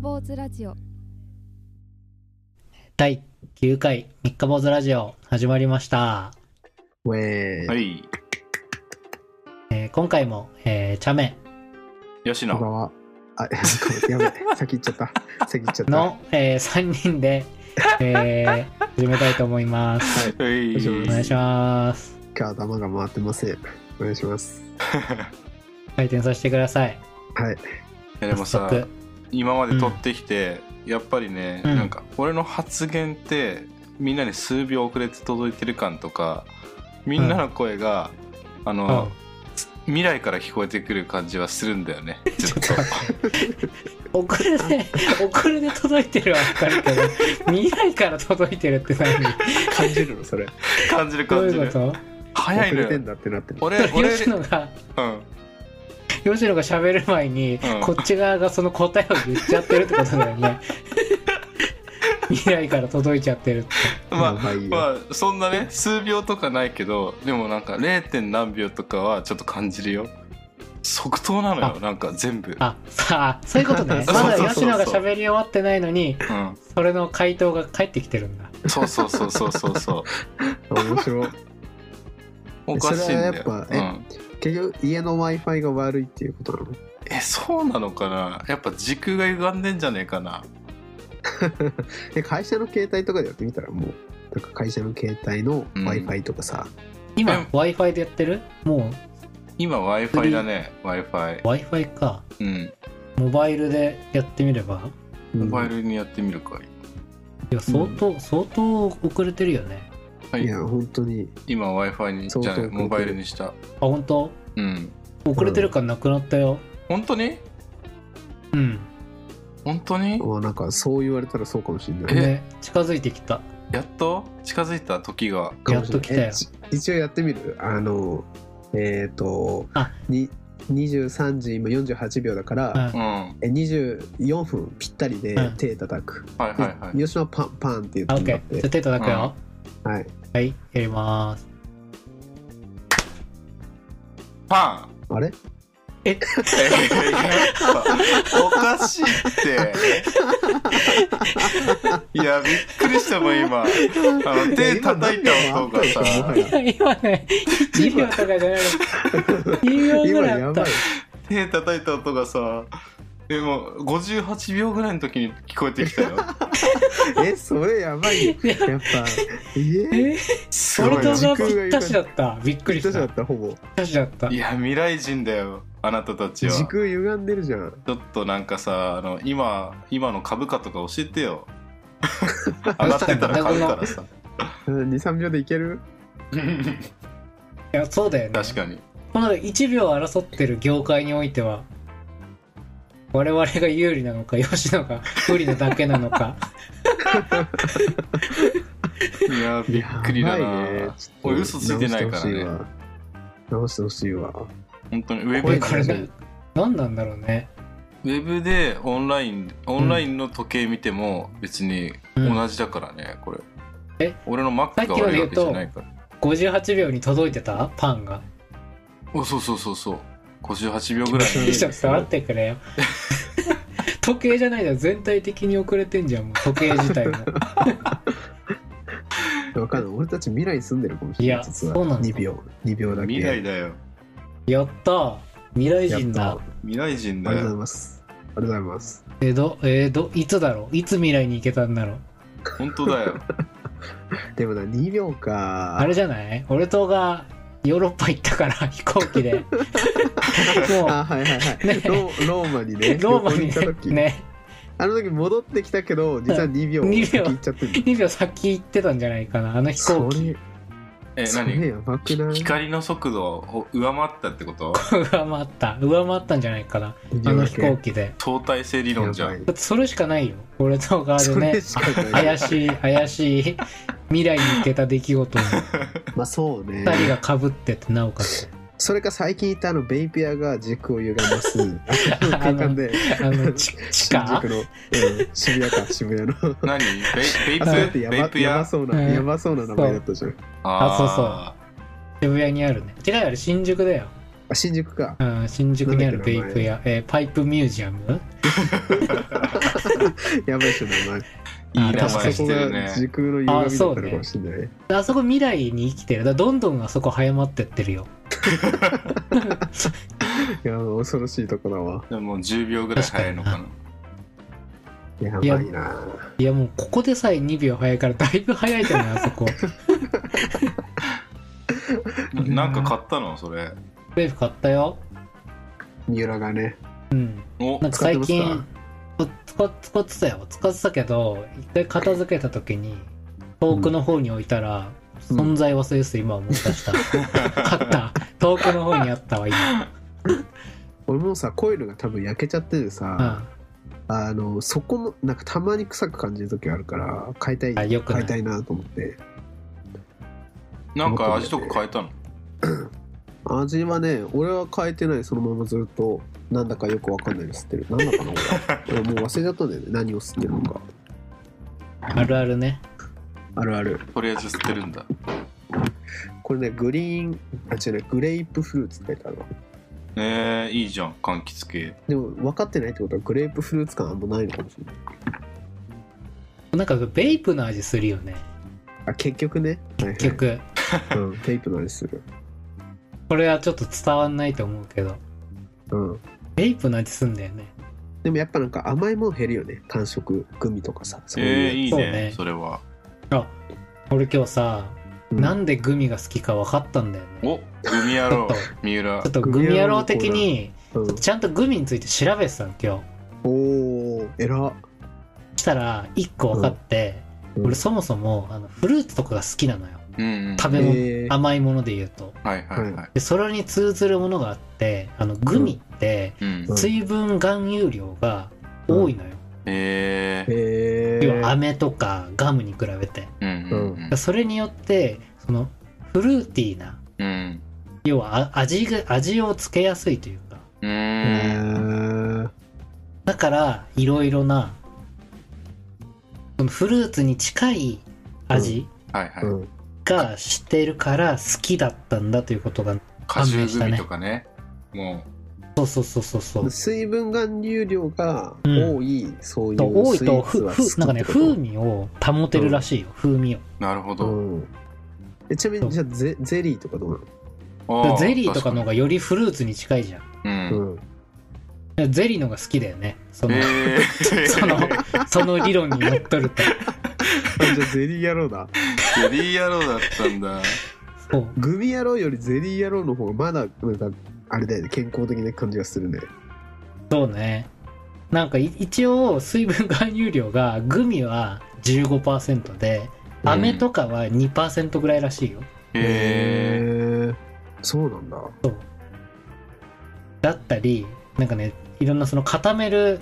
坊主ラジオ第9回三日坊主ラジオ始まりました、ウェー。はいい。えー今回も、えー、チャメ吉こんば野。んは。あ、 やべえ。先行っちゃった。先行っちゃった。の、え3人で、えー始めたいと思いますはい。お願いします今日頭が回ってません。お願いします。回転させてくださいはい。いやでも早さ、速今まで撮ってきて、やっぱりね、うんなんか、俺の発言って、みんなに数秒遅れて届いてる感とか、みんなの声が、あの、未来から聞こえてくる感じはするんだよ ね。ずっと。うん遅れで遅れで届いてるは分かるけど未来から届いてるって何感じるのそれ。感じるどう感じいうこ。ると早い 遅のれてんよ。だってなってる。俺、俺、吉野がうん。吉野が喋る前に、うんこっち側がその答えを言っちゃってるってことだよ ね未来から届いちゃってるってまあ、まあいいよまあ、そんなね、数秒とかないけど、でもなんか 0. 点何秒とかはちょっと感じるよ。即答なのあよ、なんか全部。あさあそういうことねまだ そうそうそうそう吉野が喋り終わってないのにうん。それの回答が返ってきてるんだそうそうそうそうそうそ う。面白い。おかしいんそだよ。れはやっぱうえん、結局、家の Wi-Fi が悪いっていうことなのえそうなのかなやっぱ時空が歪んでんじゃねえかなで、会社の携帯とかでやってみたらもう、なんか会社の携帯のうん Wi-Fi とかさ、今うん w i f i でやってるも今 w i f i だね w i f i う w i f i かうんモバイルでやってみればうんモバイルにやってみるかいや相当、相当遅れてるよねはいいや、本当に。今 w i f i にじ相当ゃ遅れあてるモバイルにしたあ本当うん遅れてる感なくなったよ本当にうん、本当にまあなんか、そう言われたらそうかもしれない。ね近づいてきたやっと近づいた時がやっと来たよえち一応やってみるあのえっ、とあに23時今48秒だから、うんはえ24分ぴったりでうん手叩く、いはいはい吉野パンパンって言あってもらっ OK じゃてあ手叩くよ、はいはいやりますパン あれえやっぱおかし いっていやびっくりしたもん今あの手叩いた音がさいや今何秒あったいや今ね1秒とかじゃなでしょもはやいの2秒ぐ今らいあやったばい手叩いた音がさでも58秒ぐらいの時に聞こえてきた よえそれやばいよいややっぱええすそごれいなと時が空ぴがったしだったびっくびりっしくりだたったほぼぴったしだったいや未来人だよあなたたちは時空歪んでるじゃんちょっとなんかさあの今今の株価とか教えて よ上がってたら買うからさ23秒でいけるいやそうだよね確かにこの1秒争ってる業界においては我々が有利なのか吉野が不利なだけなのかいやびっくりだやばないねちょっと俺嘘ついてないからね直してほしいわ直してほしいわ本当にウェこブれここれれね何なんだろうね、ウェブでオンラインオンラインの時計見ても別にうん、同じだからね、これえ俺の Mac が悪いわけじゃないから58秒に届いてたパンがおそうそうそうそう58秒ぐらいうん にちょっと触ってくれよ時計じゃないじゃん全体的に遅れてんじゃんもう時計自体もわかんない。俺たち未来に住んでるかもしれない。いや実はそうなんだ2秒、2秒だけ。未来だよやった未来人やだった未来人ありだがとうございよます。ありがとうございます。えどえどいつだろういつ未来に行けたんだろう本当 だよでもな、2秒か。あれじゃない俺とがヨーロッパ行ったから 飛行機 でもうあ、はいはいはい。ねローローマにね、 ローマ旅行行ったに時、ねねあの時戻ってきたけど、実は2秒うん先2秒行っちゃってる。 2秒先行ってたんじゃないかなあの飛行そ機れ、えそれ何やばくきない光の速度を上回ったってこと 上回った上回ったんじゃないかな二あ秒のだ飛け行機で相対性理論じゃやんだってそれしかないよ俺と側ばいでそれねしかない。怪しい怪しい未来に行けた出来事にまあそうね。 2人がかぶっててなおかつそれか最近いたあの、ベイピアが軸を歪ます。あの 空間で、あのち地新下宿の、うん、渋谷か、渋谷の。何ベ イベイあそれってプやベイばプやばやそうな、うんやばそうな名前だったじゃん。ーあそう渋谷にあるね違うよあれ新宿だよああ新宿かうん新宿にあるベイプ屋、えーパイプミュージアムやばい人だ ないい名あ前確かにしてるが時ね。空の歪みだったのかもしれない、あそこ未来に生きてるだからどんどんあそこ早まってってるよいや恐ろしいとこだわでももう10秒ぐらい早いのかな。やばいやいないやもうここでさえ2秒早いからだいぶ早いじゃないあそ こななんか買ったのそれ。ベイプ買ったよ三浦がねうんおなんか最近使って使まっ使ってたよ使ってたけど一回片付けた時に遠くの方に置いたら、うん存在忘れです今思い出した 買った遠くの方にあったわ今、俺もさコイルが多分焼けちゃっててうさ、ん、あのそこもなんかたまに臭く感じる時あるから買いたいあよくな買いいたいなと思ってなんか味とか変えたの味はね俺は変えてないそのままずっとなんだかよくわかんないの吸ってるなんだかな 俺俺もう忘れちゃったんだよね何を吸ってるのかあるあるねあるあるとりあえず捨てるんだ。これねグリーンあ違うねグレープフルーツって書いてあるわえー、いいじゃん。柑橘系。でも分かってないってことはグレープフルーツ感あんまないのかもしれないなんかベイプの味するよねあ結局ね結結局うん、テープの味するこれはちょっと伝わんないと思うけどうんベイプの味すんだよねでもやっぱなんか甘いもん減るよね単色グミとかさそういうえー、いいそうねねそれは。俺今日さ、うんなんでグミが好きか分かったんだよねおグミ野郎、三浦ちょっ。とグミ野郎的にうんちゃんとグミについて調べてたの今日おおえらしたら一個分かって、うんうん俺そもそもあのフルーツとかが好きなのようんうん。食べ物、えー、甘いもので言うとはいはいはい。でそれに通ずるものがあってあのグミってうんうん。水分含有量が多いのよ、えー。え要はー、飴とかガムに比べてうんうんそれによってそのフルーティーなうん。うん。要はあ味が味をつけやすいというかうえーん。ー、だからいろいろなそのフルーツに近い味はいはい。うんがしてるから好きだったんだということが果汁グミとかね。もそうそうそうそうそう水分含有量が多い、そういう多いスイとーツふは好きふなんかねってこと風味を保てるらしいよ、風味をう、なるほうど。ん、えちなみにじゃあゼゼリーとかどうあーゼリーとかの方がよりフルーツに近いじゃん確かなにうの、ん。うん、ゼリーの方が好きだよねその、えー、そのその理論にのっとるとあじゃあゼリー野郎だゼリー野郎だったんだ。そうグミ野郎よりゼリー野郎の方がまだなんかあれだよね健康的な感じがするねそうねなんかい一応水分含有量がグミは15%でうん飴とかは2%ぐらいらしいよ、ええーそうなんだだったりなんかねいろんなその固める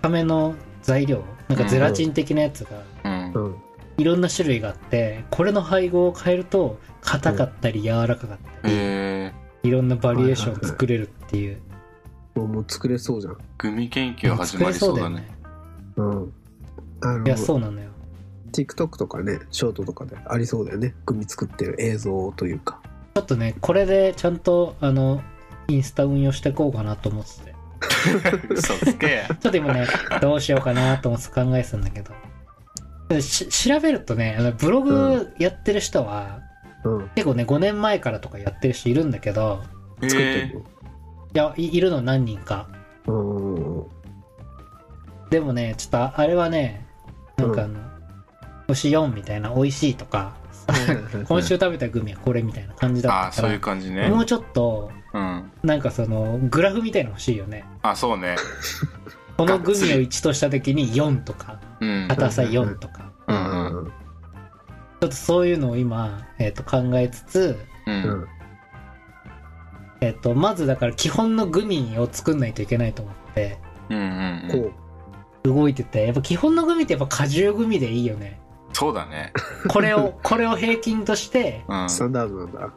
ための材料なんかゼラチン的なやつがー。うんう。んいろんな種類があってこれの配合を変えると硬かったり柔らかかったり、えー、いろんなバリエーションを作れるっていう、もうもう作れそうじゃんグミ研究始まりそうだね。うんあのいやそうなのよ TikTok とかねショートとかでありそうだよねグミ作ってる映像というかちょっとねこれでちゃんとあのインスタ運用していこうかなと思ってて嘘つけ。ちょっと 今ねどうしようかなと思って考えてたんだけどし調べるとねあのブログやってる人は、うん結構ね5年前からとかやってる人いるんだけどえ作ってるーよ、いやいいるの何人かうんうんうんでもねちょっとああれはねなんかあの、星4みたいな美味しいとか 今週食べたグミはこれみたいな感じだっあーたそかうらいう感じね。もうちょっとうん。なんかそのグラフみたいなの欲しいよねあ、そうね。このグミを1とした時に4とかうん。硬さ4とかううんうんんうんちょっとそういうのを今、えっと考えつつ、うん。えっとまずだから基本のグミを作んないといけないと思ってうんうんうん。こ動いててやっぱ基本のグミってやっぱ果汁グミでいいよねそうだね。これ をこれを平均としてうんうス。タンダードなんだ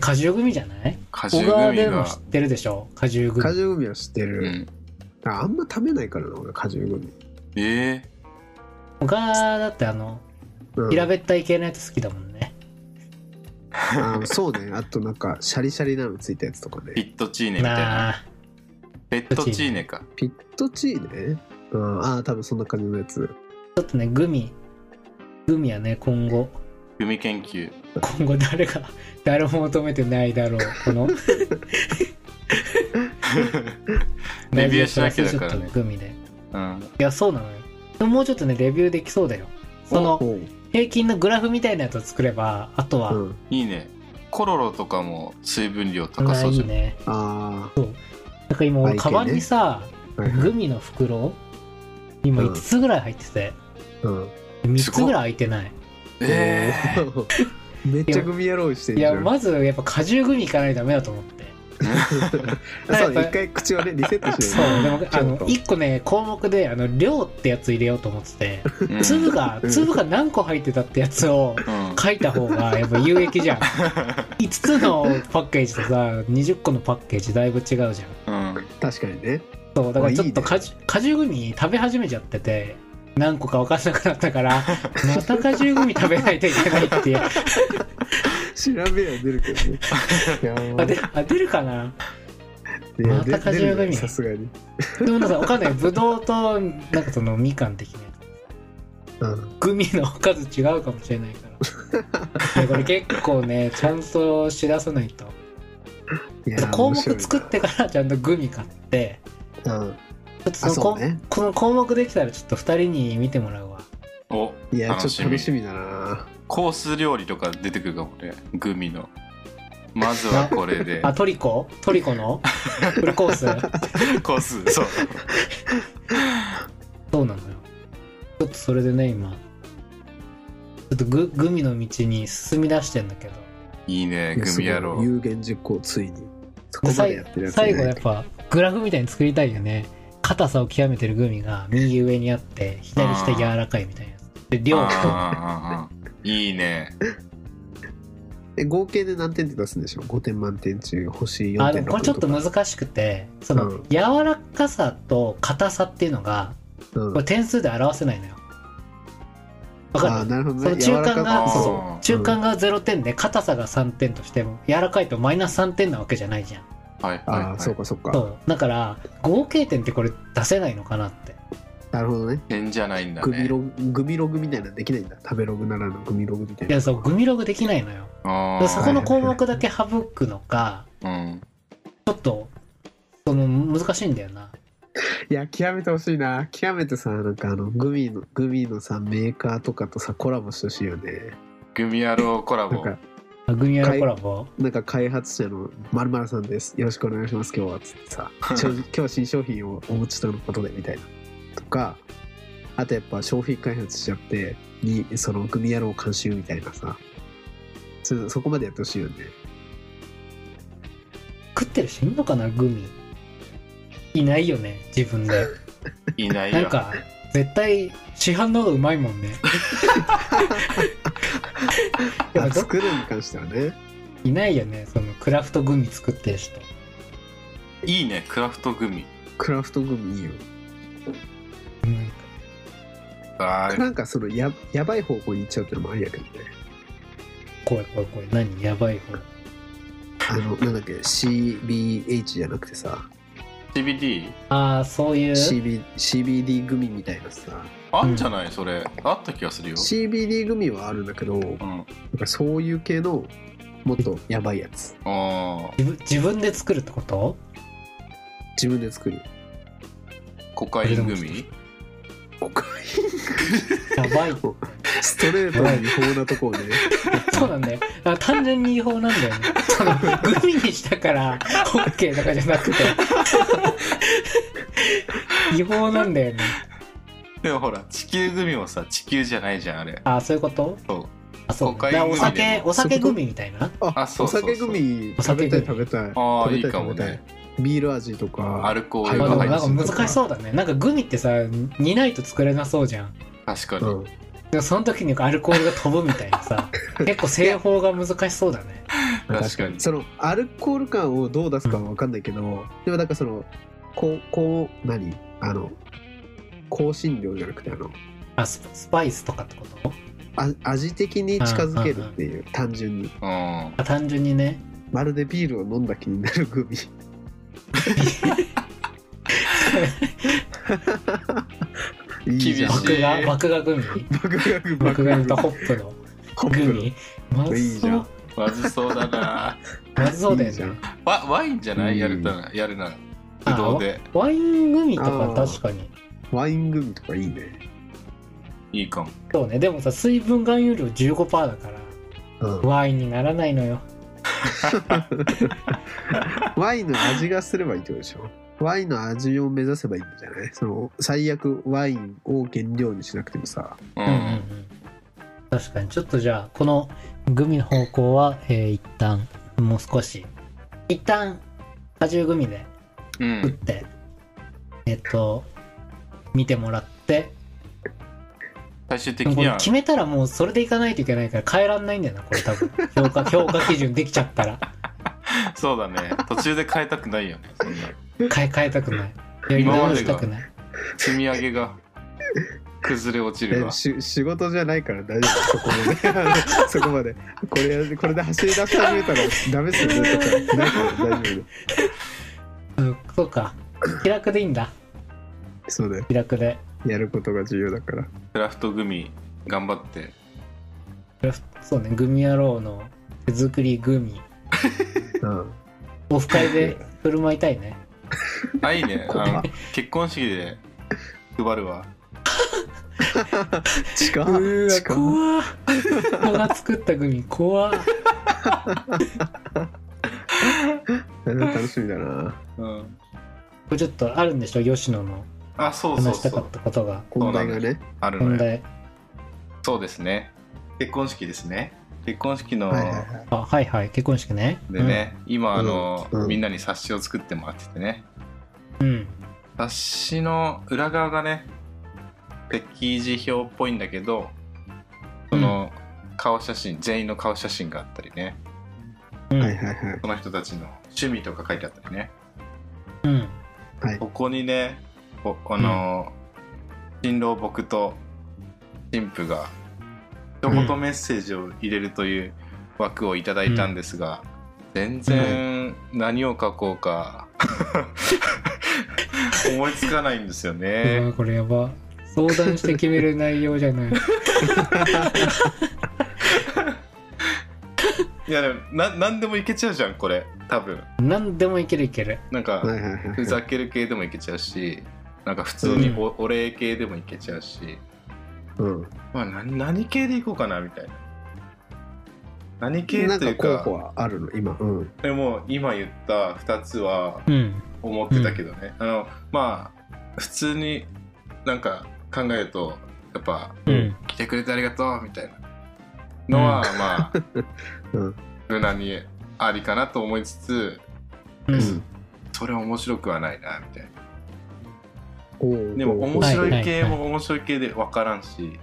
果汁グミじゃない果小汁川グミでもが知。ってるでしょ果汁グ果ミ汁グミは知ってうる、ん。ああんま食べないからな俺果汁グミ、ええ小川だってあのうん平べったい系のやつ好きだもんねあーそうねあとなんかシャリシャリなのついたやつとかピねットチーネみたいななあペットチーネかピットチーネうんああ多分そんな感じのやつちょっとねグミグミはね今後グミ研究今後誰が誰も求めてないだろうこ のレビューしなきゃだちょかっらとね、グミでいうん、やそうなのよでももうちょっとねレビューできそうだよそのおう平均のグラフみたいなやつを作ればあとは、うん、いいねコロロとかも水分量ま高あそういじいゃんねあなんか今俺背景ねカバンにさ、あ、はいはいグミの袋今うん5つぐらい入ってて、うん、 3つぐらい開いてないええー めっちゃグミ野郎してんいじゃやん まずやっぱ果汁グミいかないとダメだと思ってそうね一回口をねリセットしてそるうでもちあょのっと1個ね項目であの量ってやつ入れようと思ってうてん粒がうん粒が何個入ってたってやつをうん書いた方がやっぱ有益 じゃん5つのパッケージとさ20個のパッケージだいぶ違うじゃんうん確かにねそうだからちょっとあい果いね汁果汁グミ食べ始めちゃってて何個か分かんなくなったから また果汁グミ食べないといけない っていう調べは出るけ どねいやーあであ出るかないやまた果汁グミ出るよさすがにでもなんか分かんないぶどうとなんかそのみかん的なやつうんグミの数違うかもしれないから いやこれ結構ねちゃんと知らさないといやー項目面白いな作ってからちゃんとグミ買ってうちんょっとそのあそうねここの項目できたらちょっと2人に見てもらうわおいやちょっ楽としみ楽しみだなコース料理とか出てくるかもねグミのまずはこれであトリコトリコ のフルコースコースそうそうなのよちょっとそれでね今ちょっとググミの道に進み出してんだけどいいねグミ野郎有言実行ついにそこでまさでいやってるやつ最後やっぱグラフみたいに作りたいよね硬さを極めてるグミが右上にあって左下柔らかいみたいなやつで量とあーあーあーいいねえ合計で何点って出すんでしょう5点満点中星4.6あでもこれちょっとか難しくてそうのん柔らかさと硬さっていうのがうんこれ点数で表せないのよわあーかるなるほどそのね中間柔らかがくそうあそーう中間が0点で硬さが3点としても柔らかいとマイナス3点なわけじゃないじゃんはいあはい、ーはい、そうかそうかそうだから合計点ってこれ出せないのかなってなるほどね点じゃないんだグミねロググミログみたいなのできないんだ食べログならぬグミログみたいいなやそうグミログできないのよあでーそこの項目だけ省くのかうんちょっとその難しいんだよないや極めてほしいな極めてさなんかあのグミのグミのさメーカーとかとさコラボしてほしいよねグミ野郎コラなんボかあグミやろコラボなんか開発者のまるまるさんですよろしくお願いします今日はつってさ ちょ今日は新商品をお持ちとのことでみたいなとかあとやっぱ商品開発しちゃってにその組野郎監修みたいなさそそこまでやってほしいよね食ってる人いんのかなグミいないよね自分でいないよなんか絶対市販の方がうまいもんねいやあど作るに関してはねいないよねそのクラフトグミ作ってる人いいねクラフトグミクラフトグミいいようんあーなんかそのややばい方向に行っちゃうってのもありやけどね怖い怖い怖い何やばい方あのなんだっけ CBH じゃなくてさ CBD ああそういう CB CBD グミみたいなさあんじゃないそれあった気がするよ、 CBD グミはあるんだけどうん、あなんかそういう系のもっとやばいやつあ自分自分で作るってこと自分で作 るコカイングミコカイやばいンストレートに違法なとこをねそうなんだよあ単純に違法なんだよねそのグミにしたから OK とかじゃなくて違法なんだよねでもほら地球グミもさ地球じゃないじゃんあれああそういうことそうあそうだコかカインらおグミで酒もお酒グミみたいなあ あそうそうそうお酒グミ食べたい食べたいああ食べいいたいか食もべたいねビール味とかアルコーあルでがも入なっんてかる難しそうだねなんかグミってさ煮ないと作れなそうじゃん確かうにん、でもその時にアルコールが飛ぶみたいなさ結構製法が難しそうだね確かにそのアルコール感をどう出すかは分かんないけど、でもなんかそのこうこう何あの香辛料じゃなくてあのあススパイスとかってことあ味的に近づけるっていう単純にうんあ単純にねまるでビールを飲んだ気になる グミいいじゃん厳し麦い芽麦芽グミ爆学麦爆芽学とホップのコグッミまプずいいじそゃうんまずそうだな まずそうだいよいじゃねんわワインじゃなうんいやるならやるならあぶどうでワイングミとあかー確かにワイングミとかいいねいいかもそうねでもさ水分含有量15%だからうんワインにならないのよワインの味がすればいいってことでしょワインの味を目指せばいいんじゃないその最悪ワインを原料にしなくてもさうん、うんうんうん確かにちょっとじゃあこのグミの方向は、えー一旦もう少し一旦果汁グミでう打っん、て、えっと見てもらって最終的でもこにれは決めたらもうそれでいかないといけないから変えらんないんだよなこれ多分評価評価基準できちゃったらそうだね途中で変えたくないよねそんな変え変えたくないやり今ま直でがしたくない積み上げが崩れ落ちでるもわし仕事じゃないから大丈夫そこまでそこまでこれやるこれで走り出し始めたらダメっすよねとかないから大丈夫うんそうか気楽でいいんだそうだよ気楽でやることが重要だからクラフトグミ頑張ってそうねグミ野郎の手作りグミうんオフ会で振る舞いたい ねあいいねここあの結婚式で配るわ近っうーわ近っ怖っ人が作ったグミ怖っうん楽しみだなうんこれちょっとあるんでしょ吉野のあそうそう話したそかうったことが本題がねあるの問よ題そうですね結婚式ですね結婚式の、はいはいはいあはいはい結婚式ねでね、今あの、うんうんみんなに冊子を作ってもらっててねうん、うん冊子の裏側がねペッキー辞表っぽいんだけどその顔写真、全員の顔写真があったりねうんはいはいはいその人たちの趣味とか書いてあったりねうんここにねこあの、新郎僕と新婦が一言メッセージを入れるという枠をいただいたんですが、全然何を書こうか 思いつかないんですようねわ。これやば相談して決める内容じゃないいやでもな何でもいけちゃうじゃんこれ多分何でもいけるいけるなんはいかはいはいふざける系でもいけちゃうしなんか普通にお,、礼系でもいけちゃうし。うんまあ、な何系でいこうかなみたいな何系なんといかうか候補はあるの今うんでも今言った2つはうん思ってたけどね、あのまあ普通になんか考えるとやっぱ、うん来てくれてありがとうみたいなのは、まあうん無難にありかなと思いつつううんそれは面白くはないなみたいなおーでも面白い系はいも面白い系で分からんし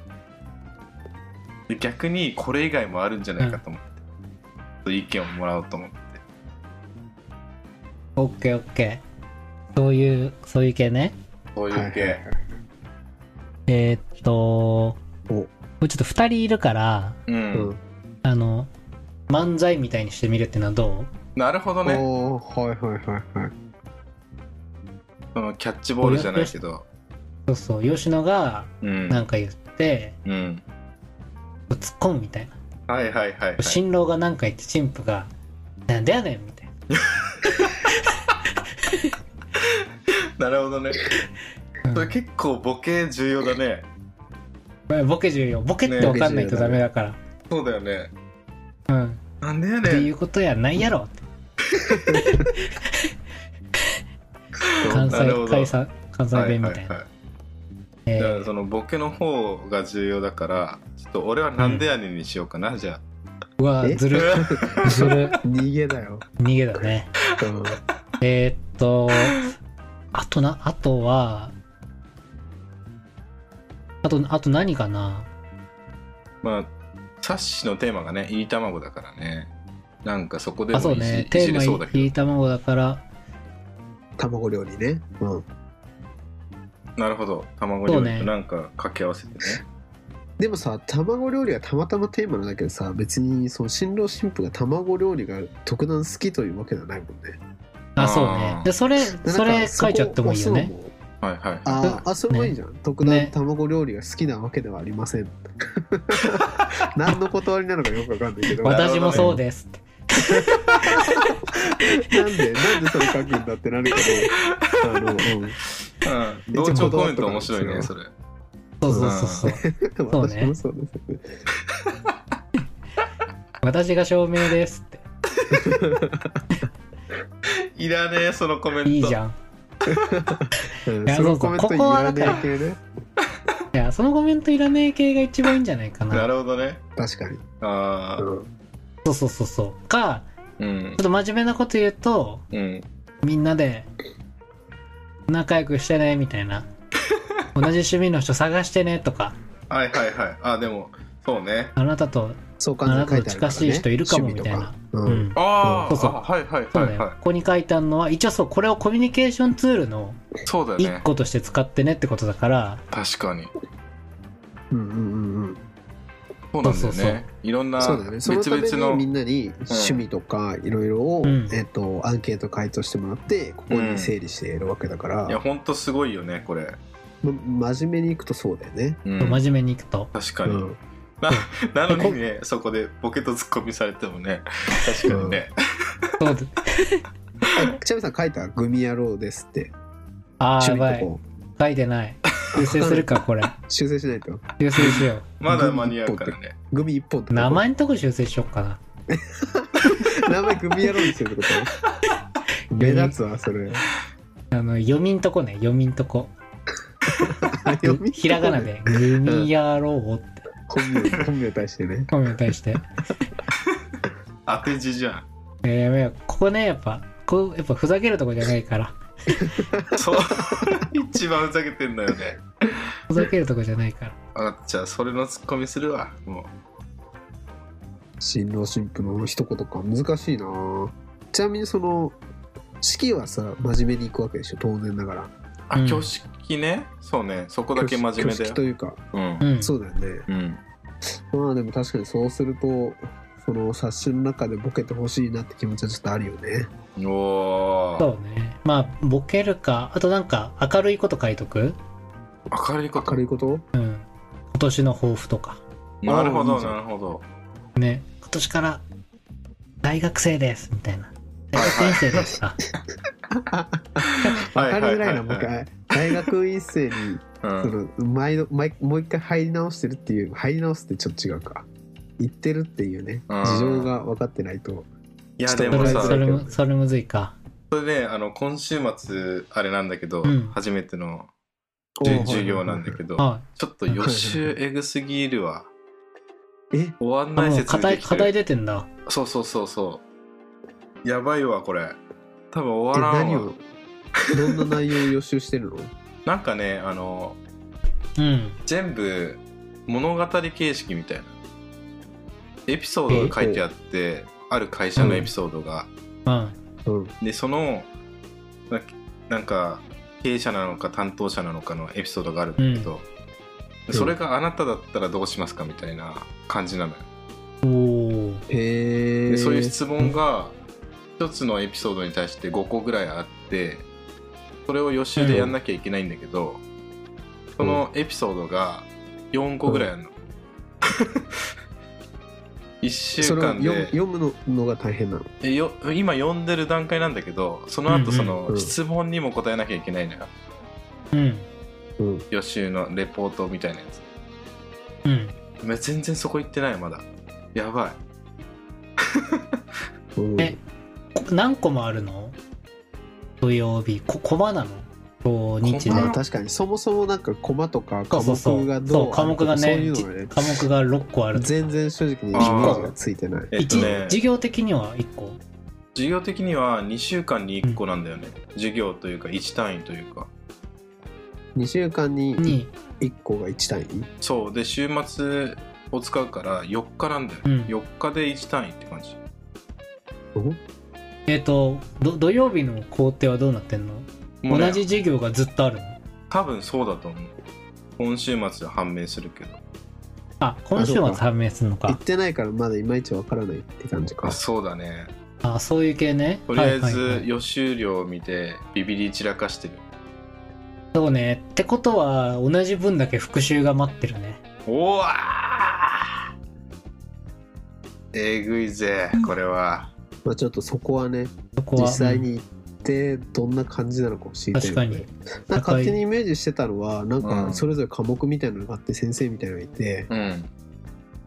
で逆にこれ以外もあるんじゃないかと思って、意見をもらおうと思って。オッケーオッケーそういうそういう系ねそういはいうはいは系い。えーっとおもうちょっと2人いるからう。うんんあの漫才みたいにしてみるってのはどなるほどね。おーはいはいはいはいそのキャッチボールじゃないけど。うそうそう吉野がうん。なんか言って、うん。突っ込むみたいな、はいはいはいはい。新郎がなんか言って新婦が「なんでやねん」みたいなるほどね。な、それ結構ボケ重要だね。うんボケ重要ボケって分かんないとダメだから、そうだよね。うん、っなんでやていねん。うことやないやろって関な西るほど関西関西弁みたいな、はえいーだからそのボケの方が重要だから、ちょっと俺はなんでやねんにしようかな、じゃうわえ ずるずる逃げだよ逃げだ ねうんえーっとあとなあとはあとあと何かなあ。まあ、サッシのテーマがね、いい卵だからね。なんかそこであそもういじねいテじれそーうマだけいどい。卵だから卵料理ねうんなるほど。卵そう料ね理となんか掛け合わせてね。でもさ卵料理がたまたまテーマなだけでさ別にその新郎新婦が卵料理が特段好きというわけではないもんねあ、そうね。で、それ、それ書いちゃってもいいよね。はいはい。ああそれもいいじゃん、特段卵料理が好きなわけではありません 何の断りなのかよくわかんないけどわなんかでる 私もそうですって。なんでそれ書くんだってなるけどあの、うん。同調コメント面白いね、それ。そうそうそうそう。うん、そうね私もそうですよね私が証明ですって。いらねえ、そのコメント。いいじゃん。うんいやそそのうそうコメントこ言こはわだねからえ系ねいや、そのコメントいらねえ系が一番いいんじゃないかなな。るほどね。確かに、ああ。うんそうそうそうそう。か、うんちょっ。と真面目なこと言うと、うん。みんなで仲良くしてね、みたい な。同じ趣味の人探してねとか、はいはいはい。あ、でも、そうね。あなたと、そうあ感なじでた書いとてあるから、ね、近しい人いるかも、み趣たい味となか。ううんん。あそーうそうあ、はいはいそうはだいよ。はここに書いてあるのは、一応そう、これをコミュニケーションツールのい。そうだよ一ね。個として使ってねってことだから、確かに。うんうんうんうんそうなんだそようそうそうね。いろんなそうだよね。別そのため々にのみ。んなに趣味とかいろいろを、うんえっとアンケート回答してもらってここに整理しているわけだから、いや、ほんとすごいよね、これ。ま真面目にいくとそうだよね。うん真面目にいくと。確うかに。ん、なのにね、そこでボケとツッコミされてもね、確かにね。そうだあちなみにさん書いた「グミ野郎です」ってあー、趣やば味い。とこ書いてない。修正するか、これ。 修正しないと修正しよ まだ間に合うからね。グミ一本ってこう。と名前のとこ修正しよっかな。名前グミ野郎にするって こと目立つわそれあの、読みんとこね、読みんとこ。あ 読みひらがなで、グミ野郎って、本名本名に対してねコメントに対して。当て字じゃん。えーやめよう。ここね、やっぱ、こう、やっぱふざけるとこじゃないから。そう。一番ふざけてんだよね。ふざけるとこじゃないから。あじゃあ、それのツッコミするわ。も新郎新婦の一言か難しいなちなみにその式はさ真面目に行くわけでしょ当然ながらう。あ、うん挙式ね。そうね。そこだけ真面目だ挙よ式と。いうかうんう。ん。そうだよねうん。まあでも確かにそうするとその冊子の中でボケてほしいなって気持ちはちょっとあるよねおーそうね。まあ、ボケるか、あとなんか、明るいこと書いとく明るいこと明るいことうん。今年の抱負とか。なるあほーいいどじゃんなるほどね。今年から、大学生です、みたいな。大学院生ですか。は 明るいぐらいなはもう一は回大学院生にうんその毎度毎もう一回入り直してるっていう入り直すってちょっと違うか言ってるっていうねうん事情が分かってないといやちょでっそもとれ、さそれも、それむずいか。それねあの今週末あれなんだけど、うん初めてのおじーゅ授業なんだけどはちょっと予習エグすぎるわえ終わんい。なあ、いもう説課明で題、き課て題る出てんだ。そうそうそうそうやばいわこれ多分え終わら何んわをどんな内容を予習してるのなんかねあのうん。全部物語形式みたいなエピソードが書いてあってある会社のエピソードが、うん。うんでそのななんか経営者なのか担当者なのかのエピソードがあるんだけど、うんそれがあなただったらどうしますかみたいな感じなのよ、おー。へでえそういう質問が一つのエピソードに対して5個ぐらいあってそれを予習でやんなきゃいけないんだけど、そのエピソードが4個ぐらいあ るの、1週それを間で読む読むののが大変なのえよ今読んでる段階なんだけどそのうんう後んそのうん質問にも答えなきゃいけないのよ、うん。うん予習のレポートみたいなやうん。つめ全然そこ行ってないまだやばいうんえこ何個もあるの土曜日こコマなの土日でコまあマ確かにそもそもなんかコマとか科そうそう目がそどうう科目があるとかそういねうじのがね科目が6個ある全然正直にイメージがついてないえっと一ね授業的には1個授業的には2週間に1個なんだよね、授業というか1単位というか2週間にに1個が1単位そうで週末を使うから4日なんだよ、うん4日で1単位って感じえっ、とど土曜日の工程はどうなってんの、もうね同じ授業がずっとあるの多分そうだと思う今週末は判明するけどあ今週末判明するの行っかてないからまだいまいちわからないって感じかそうだねあそういう系ねとりあえはいはいはずい予習量を見てビビり散らかしてるそうねってことは同じ分だけ復習が待ってるねおわーえぐいぜこれはまあちょっとそこはねそこは実際に行ってどんな感じなのかを知りたい確かになんか勝手にイメージしてたのはなんうんかそれぞれ科目みたいなのがあって先生みたいなのがいてうん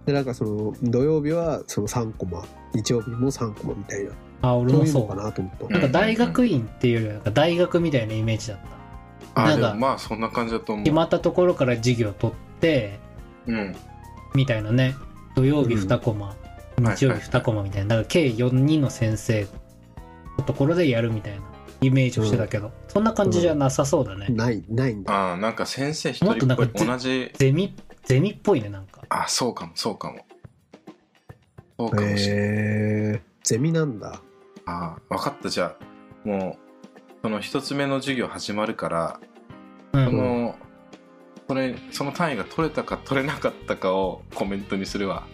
でなんかその土曜日はその3コマ日曜日も3コマみたいなあ俺どもういうそのうかなと思ったなんか大学院っていうよりはなんか大学みたいなイメージだったあなんでかもまあそんな感じだと思う決まったところから授業取ってうんみたいなね土曜日うん2コマ、はい日曜日2コマみたいなだから計4人の先生のところでやるみたいなイメージをしてたけど、そんな感じじゃなさそうだね、ないないんだあーなんか先生一もっと人なっんぽかい同じゼミゼミっぽいねなんかあそうかもそうかもそうかもしれない、へえゼミなんだあー分かったじゃあもうその一つ目の授業始まるからうん そのそれその単位が取れたか取れなかったかをコメントにする わ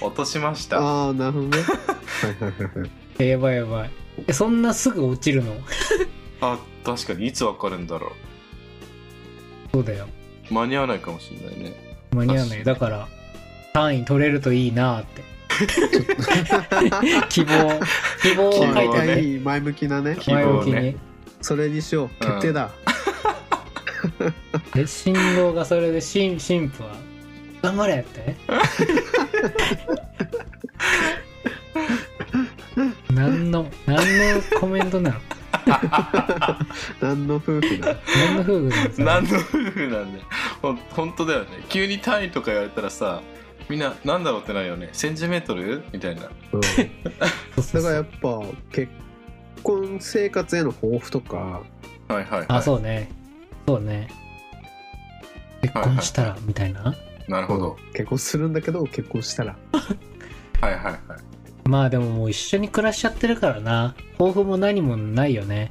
もう落としましたああなるほどねはいはいはいはいやばいやばいえそんなすぐ落ちるのあ確かにいつ分かるんだろそうだよう間に合わないかもしれないね間に合わないだから単位取れるといいなって 希望希望を書いて希望ねねいい前向きなね希前望向ねきにそれにしよう決定だ、え新郎がそれで新新婦は頑張れって 何の何のコメントなの何の夫婦だ何の夫婦なのそれ何の夫婦なんだよほん本当だよね急に単位とか言われたらさみんななんだろうってなるよね 1000m みたいなうんそうそだうかそらうやっぱ結婚生活への抱負とかはいはい、はい、あそうねそうね結婚したらみたいななるほど、結婚するんだけど結婚したらはいはいはいまあでももう一緒に暮らしちゃってるからな抱負も何もないよね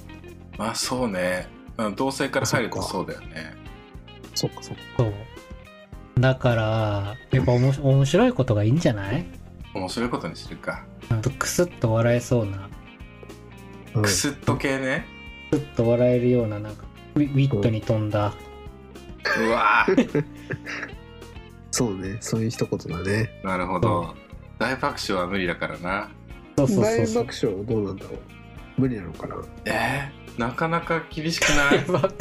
まあそうねあの同性から入るとそうだよねそっかそっかそうだからやっぱおもし面白いことがいいんじゃない面白いことにするかなんかクスッと笑えそうなうんクスッと系ねちょっと笑えるようななんかウィウィットに飛んだうわー そうねそういう一言だねなるほど大爆笑は無理だからなそうそうそ大うそう爆笑はどうなんだろう無理なのかなえー、なかなか厳しくな大 い爆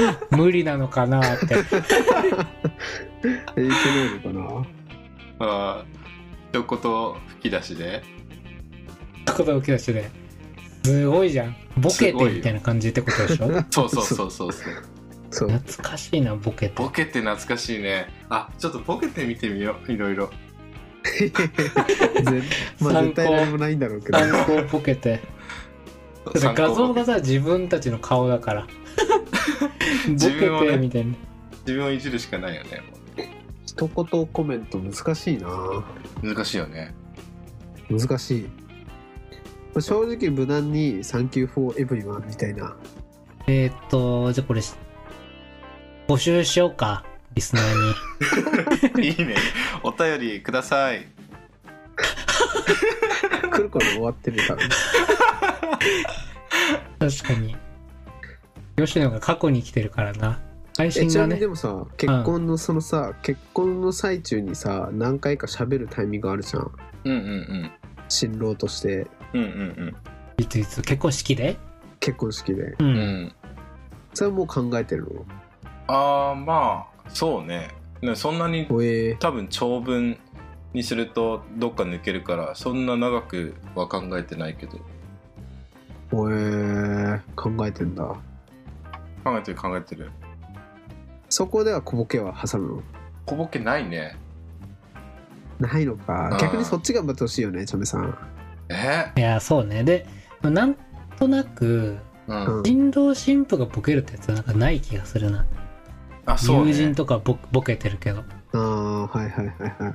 笑無理なのかなってえいけないのかなあー一言吹き出しでことを受け出してねすごいじゃんボケてみたいな感じってことでしょそうそうそうそうそうそう 懐かしいなボケてボケって懐かしいねあちょっとボケてみてみよういろいろぜまあ絶対何もないんだろうけど参考ボケてだって画像がさ自分たちの顔だから 自分ボをケてねみたいな、自分をいじるしかないよね一言コメント難しいな難しいよ ね難しいまあ正直無難に「サンキュー・フォー・エブリワン」みたいなえー、っとじゃあこれ募集しようかリスナーにいいねお便りください来る頃終わってるからね確かに吉野が過去に来てるからな配え信ちながみにねでもさ結婚のそのさ、結婚の最中にさ何回か喋るタイミングあるじゃんうんうん新郎としてうんうんうんいついつ結婚式で結婚式でうん、うんうんそれはもう考えてるのああまあそうねねそんなにほえ多分長文にするとどっか抜けるからそんな長くは考えてないけどほえ考えてんだ考えてる考えてるそこでは小ボケは挟むの小ボケないねないのかあー逆にそっち頑張ってほしいよねチョメさんえいやそうねでなんとなくうん、うん新郎新婦がボケるってやつはなんかない気がするな、あそう友人ねとかボボケてるけどあーはいはいはいはい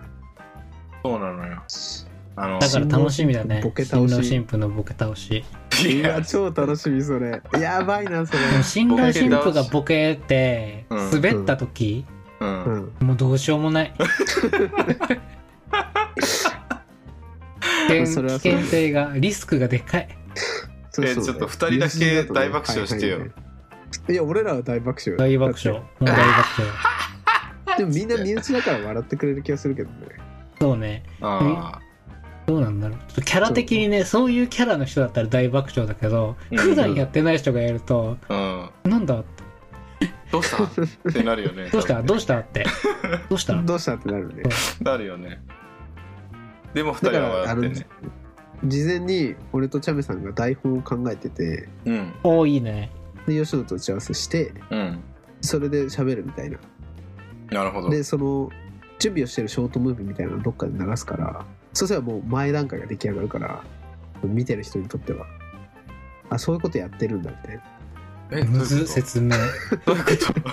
そうなのよあのだから楽しみだ新郎新ね婦ボケ倒新し郎新婦のボケ倒しいやうわ超楽しみそれやばいなそれでも新郎新婦がボケてうん滑った時、うんう。ん、もうどうしようもない。危険危それはそう険性が、リスクがでかい。そうえそうちょっと二人だけ大爆笑してよはいはいはいいや俺らは大爆笑大爆笑。もう大爆笑。だってでもみんな身内だから笑ってくれる気がするけどねそうね。あどうなんだろう。ちょっとキャラ的にね、そういうキャラの人だったら大爆笑だけど、うん普段やってない人がやると、あ。うん。なんだってどうしたってなるよね。 どうしたどうしたって。どうしたどうしたってなるねなるよね。でも二だ人からはあ笑っのてね。事前に俺とチャメさんが台本を考えててうん。おおいいね。で吉野と打ち合わせしてうん。それで喋るみたいななるほど。でその準備をしてるショートムービーみたいなのどっかで流すからそうすればもう前段階が出来上がるから見てる人にとってはあそういうことやってるんだみたいなえむどういうず、こと説明。どういうこと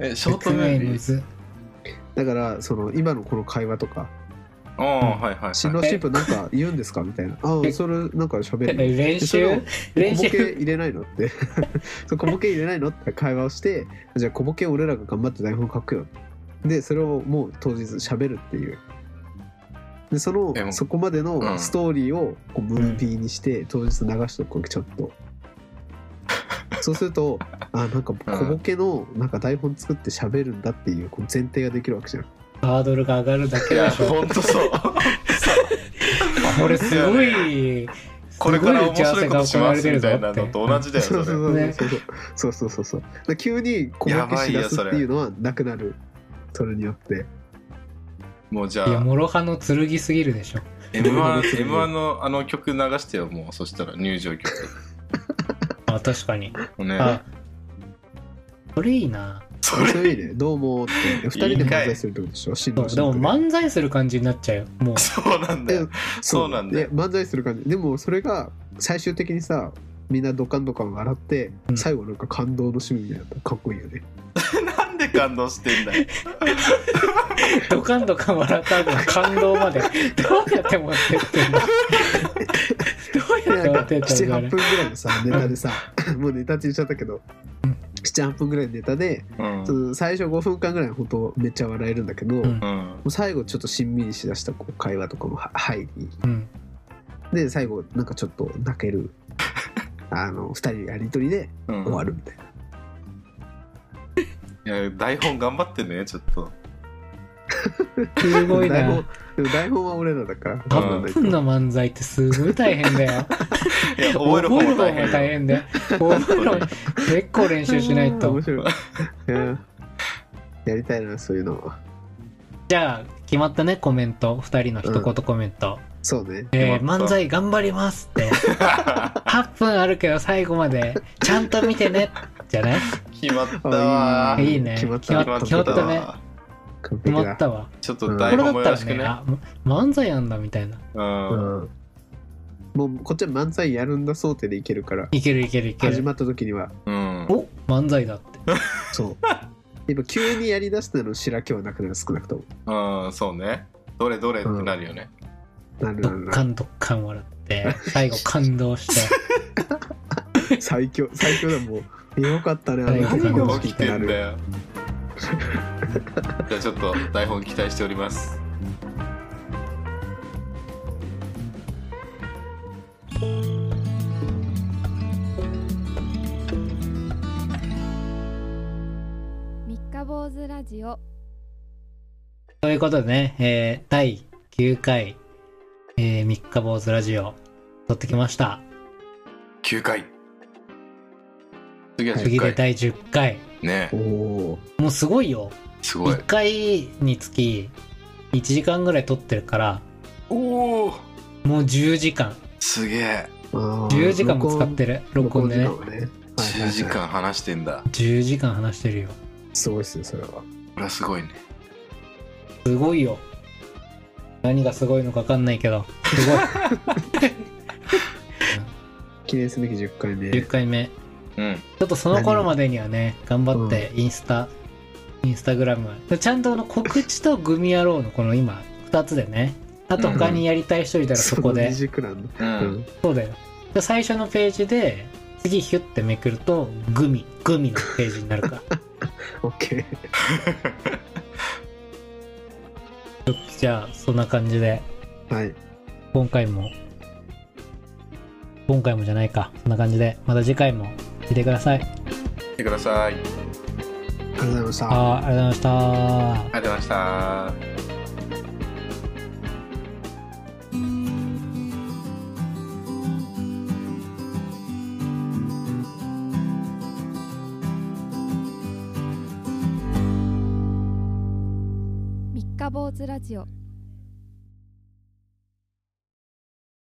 え、ショート説メー明ルむず。だからその今のこの会話とかああ、はいはい、は「い。新郎新婦なんか言うんですか?」みたいな「あえあそれなんか喋るよ練でそれを習練小ボ習ケ入れないの?」って そう「小ボケ入れないの?」って会話をして「じゃあ小ボケ俺らが頑張って台本書くよ」でそれをもう当日喋るっていうでそでものそこまでうんのストーリーをこうムービーにして当日流しとくわけちょっと。そうするとあなんか小ボケのなんか台本作って喋るんだっていうこう前提ができるわけじゃん。ハードルが上がるだいけや、でしょ。ほんと そう。これすごいやねい、これから面白いことしすごいま打ち合わすせみが行たいわなれてのるぞと同じだよ、そそうれ。そうそうそうそうそうそうそうだから急に小ボケしだすっていうのはなくなるそれによってもうじゃいや、あ、もろ刃の剣すぎるでしょ。 M1, M1 のあの曲流してよ、もう。そしたら入場曲。あ、確かに。ねあ。、それいいな。そそれ、れいいねどうもって2人 で漫才するってことでしょ新そう郎でも新婦漫才する感じになっちゃうよ。もう、そうなんだよ。そうなんだでよ。漫才する感じでもそれが最終的にさみんなドカンドカン笑って、うん最後なんか感動の趣味みたいなのかっこいいよねなんで感動してんだよ。ドカンドカン笑った後の感動ま で、どうやって持ってってんのどうやって持ってってんのあ78れ分ぐらいのさネタでさ もうネタって言っちゃったけど78分ぐらいのネタでうんそ。の最初5分間ぐらい本当めっちゃ笑えるんだけど、うんうんも。う最後ちょっとしんみりしだしたこう会話とかもは入りうん。で最後なんかちょっと泣け るあの2人のやり取りでうん終わるみたいな、いや、台本頑張ってね、ちょっと。すごい台な本。でも台本は俺らだからあ頑張んない8と分の漫才ってすごい大変だよ。いや、覚える方も大覚える方変も大変で。覚える方 も結構練習しないあーと面。白いいややりたいなそういうのじゃあ、決まったね、コメント。2人の一言コメント。そうねえー決まった漫才頑張りますって。8分あるけど最後までちゃんと見てね。じゃない決まったわあー。いいね。決まった決まった決まったね。完決璧だまったわ。ちょっとこれ台だ本っもたよろらしくね、ね。あ、漫才なんだみたいな。うう。んんもうこっちは漫才やるんだ想定でいけるからいけるいけるいけ始る。まった時にはうん。お漫才だって。 そうやっぱ急にやりだしたの白毛はなくなる少なくともうん、そうね。どれどれってなるよね。なるドなるッなカるンドッカン笑って、最後感動して。最強最強だも うよかったねあのうん何結が婚起式っきててなんだるよ。じゃあちょっと台本期待しております。三日坊主ラジオということでね、えー第9回、えー、三日坊主ラジオ、撮ってきました。 9回。次は次で10回。第10回。ねおおもうすごいよ。すごい1。回につき1時間ぐらい撮ってるから、おおもう10時間。すげえ。 10時間も使ってるる。録音でね。 10時間話してんだ。 10時間話してるよ。すごいっすよそれはこれはすごいね。すごいよ。何がすごいのかわかんないけど、すごい。記念すべき10回目10回目。うん。ちょっとその頃までにはね、頑張ってインスタ、インスタグラム。ちゃんとあの告知とグミ野郎のこの今、2つでね。あと他にやりたい人いたらそこで。の20くらいのう。うんんそうだよ。で最初のページで、次ヒュッてめくると、グミ、グミのページになるから。 OK じゃあそんな感じではい今回も今回もじゃないかそんな感じでまた次回も聞いてください見てください。あありりがとうございましたあーありがとうございましたがとうございました。三日坊主ラジオ